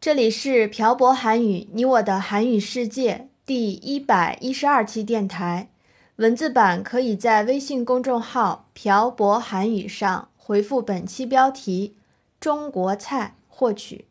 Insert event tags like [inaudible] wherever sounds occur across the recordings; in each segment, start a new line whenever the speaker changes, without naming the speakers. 这里是朴博韩语，你我的韩语世界第一百一十二期电台，文字版可以在微信公众号“朴博韩语”上回复本期标题“中国菜”获取。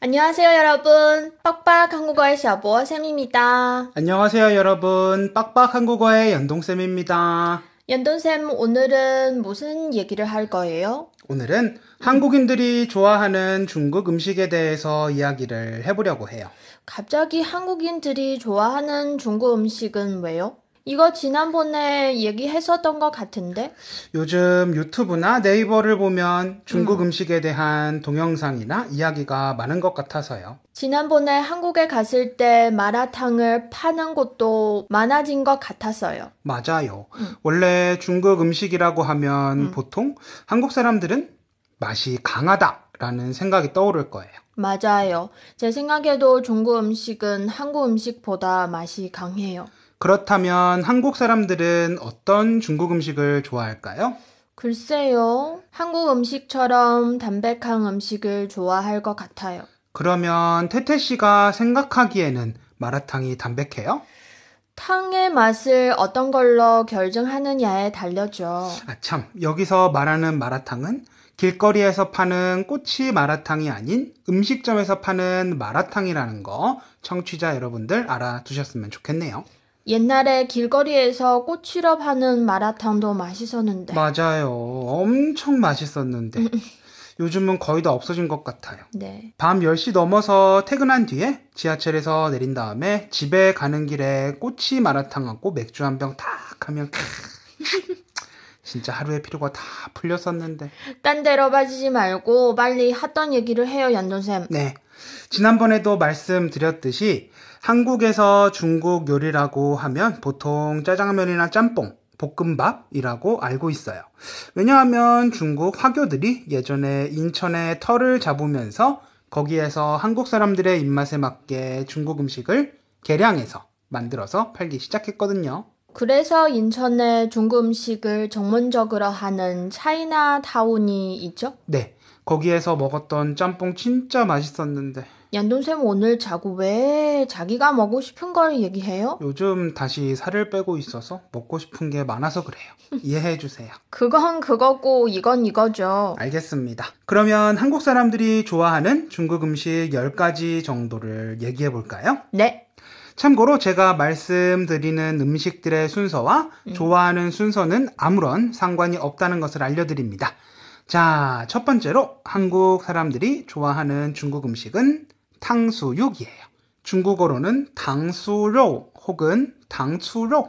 안녕하세요여러분빡빡한국어의샤보쌤입니다
안녕하세요 여러분 빡빡 한국어의 연동쌤입니다
연돈쌤 오늘은 무슨 얘기를 할 거예요?
오늘은 한국인들이 좋아하는 중국 음식에 대해서 이야기를 해보려고 해요
갑자기 한국인들이 좋아하는 중국 음식은 왜요? 이거 지난번에 얘기했었던 것 같은데?
요즘 유튜브나 네이버를 보면 중국 음. 식에 대한 동영상이나 이야기가 많은 것 같아서요
지난번에 한국에 갔을 때 마라탕을 파는 곳도 많아진 것 같았어요.
맞아요 원래 중국 음. 음식이라고 하면 보통 한국 사람들은 맛이 강하다라는 생각이 떠오를 거예요
맞아요. 제 생각에도 중국 음식은 한국 음식보다 맛이 강해요.
그렇다면 한국 사람들은 어떤 중국 음식을 좋아할까요?
글쎄요. 한국 음식처럼 담백한 음식을 좋아할 것 같아요.
그러면 태태 씨가 생각하기에는 마라탕이 담백해요?
탕의 맛을 어떤 걸로 결정하느냐에 달렸죠.
아참, 여기서 말하는 마라탕은 길거리에서 파는 꼬치 마라탕이 아닌 음식점에서 파는 마라탕이라는 거 청취자 여러분들 알아두셨으면 좋겠네요.
옛날에 길거리에서 꼬치로 파는 마라탕도 맛있었는데.
맞아요. 엄청 맛있었는데. 요즘은 거의 다 없어진 것 같아요.
네.
밤 10시 넘어서 퇴근한 뒤에 지하철에서 내린 다음에 집에 가는 길에 꼬치 마라탕하고 맥주 한 병 탁 하면 캬. [laughs] 진짜 하루의 피로가 다 풀렸었는데.
딴 데로 빠지지 말고 빨리 했던 얘기를 해요, 연돈쌤.
네. 지난번에도 말씀드렸듯이 한국에서 중국 요리라고 하면 보통 짜장면이나 짬뽕, 볶음밥이라고 알고 있어요. 왜냐하면 중국 화교들이 예전에 인천의 터를 잡으면서 거기에서 한국 사람들의 입맛에 맞게 중국 음식을 개량해서 만들어서 팔기 시작했거든요.
그래서 인천에 중국 음식을 전문적으로 하는 차이나타운이 있죠?
네. 거기에서 먹었던 짬뽕 진짜 맛있었는데
연돈쌤 오늘 자꾸 왜 자기가 먹고 싶은 걸 얘기해요?
요즘 다시 살을 빼고 있어서 먹고 싶은 게 많아서 그래요. 이해해 주세요.
그건 그거고 이건 이거죠.
알겠습니다. 그러면 한국 사람들이 좋아하는 중국 음식 10가지 정도를 얘기해 볼까요?
네.
참고로 제가 말씀드리는 음식들의 순서와 좋아하는 순서는 아무런 상관이 없다는 것을 알려드립니다. 자, 첫 번째로 한국 사람들이 좋아하는 중국 음식은 탕수육이에요. 중국어로는 당수로 혹은 당추로.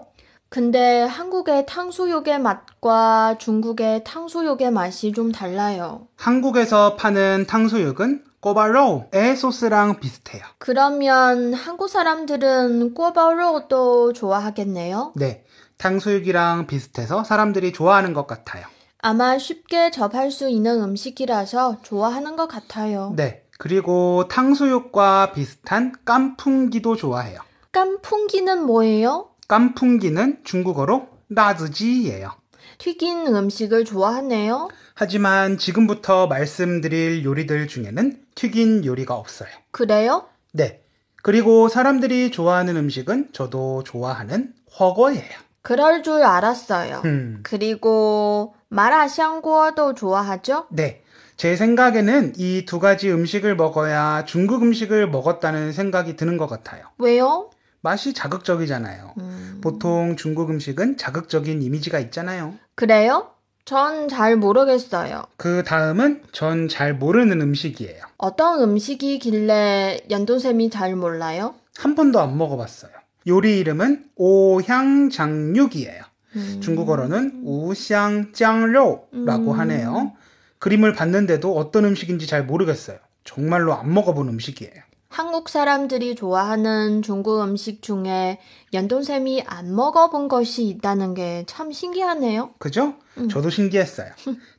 근데 한국의 탕수육의 맛과 중국의 탕수육의 맛이 좀 달라요.
한국에서 파는 탕수육은 꼬바로우의 소스랑 비슷해요.
그러면 한국 사람들은 꼬바로우도 좋아하겠네요.
네, 탕수육이랑 비슷해서 사람들이 좋아하는 것 같아요.
아마 쉽게 접할 수 있는 음식이라서 좋아하는 것 같아요.
네, 그리고 탕수육과 비슷한 깐풍기도 좋아해요.
깐풍기는 뭐예요?
깐풍기는 중국어로 라즈지예요.
튀긴 음식을 좋아하네요.
하지만 지금부터 말씀드릴 요리들 중에는 튀긴 요리가 없어요.
그래요?
네, 그리고 사람들이 좋아하는 음식은 저도 좋아하는 훠거예요.
그럴 줄 알았어요.
음.
그리고 마라샹궈도 좋아하죠?
네. 제 생각에는 이 두 가지 음식을 먹어야 중국 음식을 먹었다는 생각이 드는 것 같아요.
왜요?
맛이 자극적이잖아요.
음,
보통 중국 음식은 자극적인 이미지가 있잖아요.
그래요? 전 잘 모르겠어요.
그 다음은 전 잘 모르는 음식이에요.
어떤 음식이길래 연돈쌤이 잘 몰라요?
한 번도 안 먹어봤어요. 요리 이름은 오향장육이에요. 중국어로는 우샹짱肉라고 하네요. 그림을 봤는데도 어떤 음식인지 잘 모르겠어요. 정말로 안 먹어본 음식이에요.
한국 사람들이 좋아하는 중국 음식 중에 연돈쌤이 안 먹어본 것이 있다는 게 참 신기하네요.
그죠? 저도 신기했어요.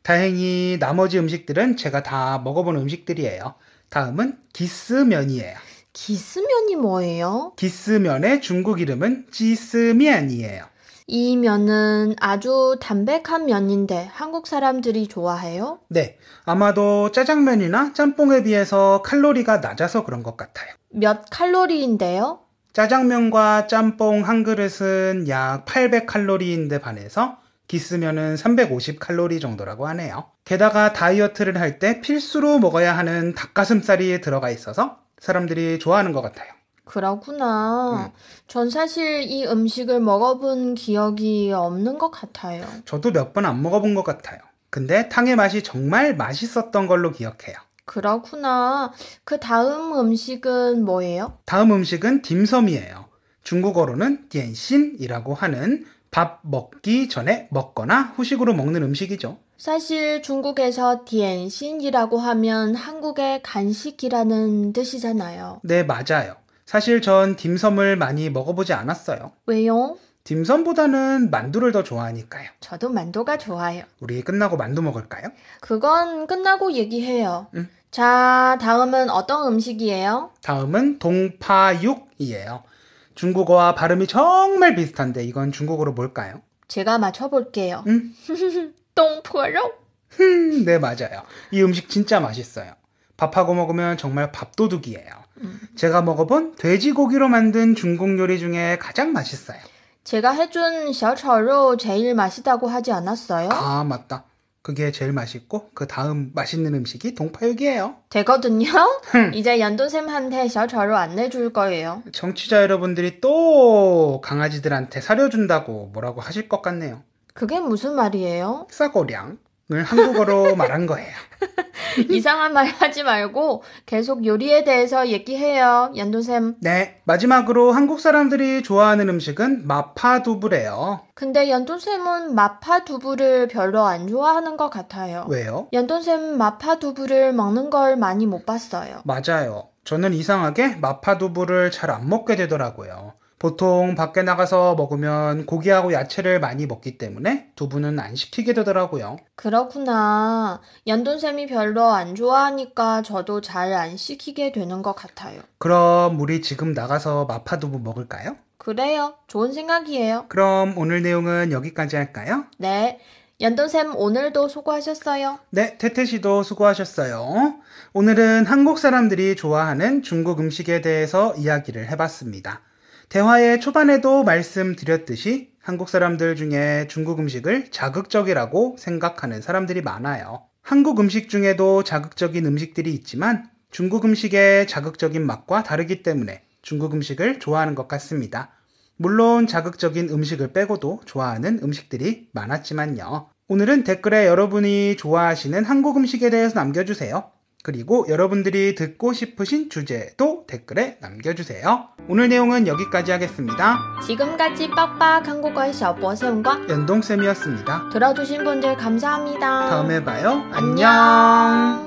다행히 나머지 음식들은 제가 다 먹어본 음식들이에요. 다음은 기스면이에요.
기스면이 뭐예요?
기스면의 중국 이름은 지스면이에요.
이 면은 아주 담백한 면인데 한국 사람들이 좋아해요?
네, 아마도 짜장면이나 짬뽕에 비해서 칼로리가 낮아서 그런 것 같아요.
몇 칼로리인데요?
짜장면과 짬뽕 한 그릇은 약 800칼로리인데 반해서 기스면은 350칼로리 정도라고 하네요. 게다가 다이어트를 할 때 필수로 먹어야 하는 닭가슴살이 들어가 있어서 사람들이 좋아하는 것 같아요.
그렇구나. 전 사실 이 음식을 먹어본 기억이 없는 것 같아요.
저도 몇 번 안 먹어본 것 같아요. 근데 탕의 맛이 정말 맛있었던 걸로 기억해요.
그렇구나. 그 다음 음식은 뭐예요?
다음 음식은 딤섬이에요. 중국어로는 디엔신이라고 하는 밥 먹기 전에 먹거나 후식으로 먹는 음식이죠.
사실 중국에서 디엔신이라고 하면 한국의 간식이라는 뜻이잖아요.
네, 맞아요. 사실 전 딤섬을 많이 먹어보지 않았어요.
왜요?
딤섬보다는 만두를 더 좋아하니까요.
저도 만두가 좋아요.
우리 끝나고 만두 먹을까요?
그건 끝나고 얘기해요.
음.
자, 다음은 어떤 음식이에요?
다음은 동파육이에요. 중국어와 발음이 정말 비슷한데 이건 중국어로 뭘까요?
제가 맞춰볼게요.
음.
[laughs] 똥포로?
흠, 네, 맞아요. 이 음식 진짜 맛있어요. 밥하고 먹으면 정말 밥도둑이에요. 제가 먹어본 돼지고기로 만든 중국 요리 중에 가장 맛있어요.
제가 해준 小炒肉 제일 맛있다고 하지 않았어요?
아, 맞다. 그게 제일 맛있고 그 다음 맛있는 음식이 동파육이에요.
되거든요? 이제 연돈쌤한테 小炒肉 안내줄 거예요.
정치자 여러분들이 또 강아지들한테 사려준다고 뭐라고 하실 것 같네요.
그게 무슨
[laughs]
말이에요?
싸고량을 한국어로 말한 거예요.
이상한 말 하지 말고 계속 요리에 대해서 얘기해요. 연돈쌤.
네, 마지막으로 한국 사람들이 좋아하는 음식은 마파두부래요.
근데 연돈쌤은 마파두부를 별로 안 좋아하는 것 같아요.
왜요?
연돈쌤 마파두부를 먹는 걸 많이 못 봤어요.
맞아요. 저는 이상하게 마파두부를 잘 안 먹게 되더라고요. 보통 밖에 나가서 먹으면 고기하고 야채를 많이 먹기 때문에 두부는 안 시키게 되더라고요.
그렇구나. 연돈쌤이 별로 안 좋아하니까 저도 잘 안 시키게 되는 것 같아요.
그럼 우리 지금 나가서 마파두부 먹을까요?
그래요. 좋은 생각이에요.
그럼 오늘 내용은 여기까지 할까요?
네. 연돈쌤 오늘도 수고하셨어요.
네, 태태 씨도 수고하셨어요. 오늘은 한국 사람들이 좋아하는 중국 음식에 대해서 이야기를 해봤습니다. 대화의 초반에도 말씀드렸듯이 한국 사람들 중에 중국 음식을 자극적이라고 생각하는 사람들이 많아요. 한국 음식 중에도 자극적인 음식들이 있지만 중국 음식의 자극적인 맛과 다르기 때문에 중국 음식을 좋아하는 것 같습니다. 물론 자극적인 음식을 빼고도 좋아하는 음식들이 많았지만요. 오늘은 댓글에 여러분이 좋아하시는 한국 음식에 대해서 남겨주세요. 그리고 여러분들이 듣고 싶으신 주제도 댓글에 남겨주세요. 오늘 내용은 여기까지 하겠습니다.
지금까지 빡빡 한국어의 小博쌤과
연동쌤이었습니다.
들어주신 분들 감사합니다.
다음에 봐요.
안녕.